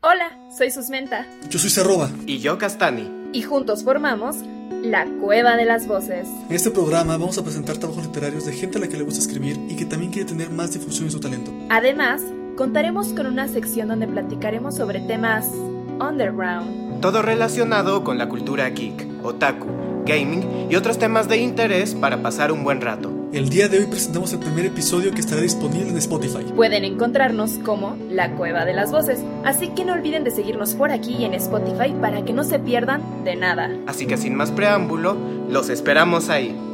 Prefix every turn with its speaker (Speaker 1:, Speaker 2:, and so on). Speaker 1: Hola, soy Susmenta.
Speaker 2: Yo soy Cerroba.
Speaker 3: Y yo Castani.
Speaker 1: Y juntos formamos La Cueva de las Voces.
Speaker 2: En este programa vamos a presentar trabajos literarios de gente a la que le gusta escribir y que también quiere tener más difusión en su talento.
Speaker 1: Además, contaremos con una sección donde platicaremos sobre temas underground.
Speaker 3: Todo relacionado con la cultura geek, otaku, gaming y otros temas de interés para pasar un buen rato.
Speaker 2: El día de hoy presentamos el primer episodio que estará disponible en Spotify.
Speaker 1: Pueden encontrarnos como La Cueva de las Voces, así que no olviden de seguirnos por aquí y en Spotify para que no se pierdan de nada.
Speaker 3: Así que sin más preámbulo, los esperamos ahí.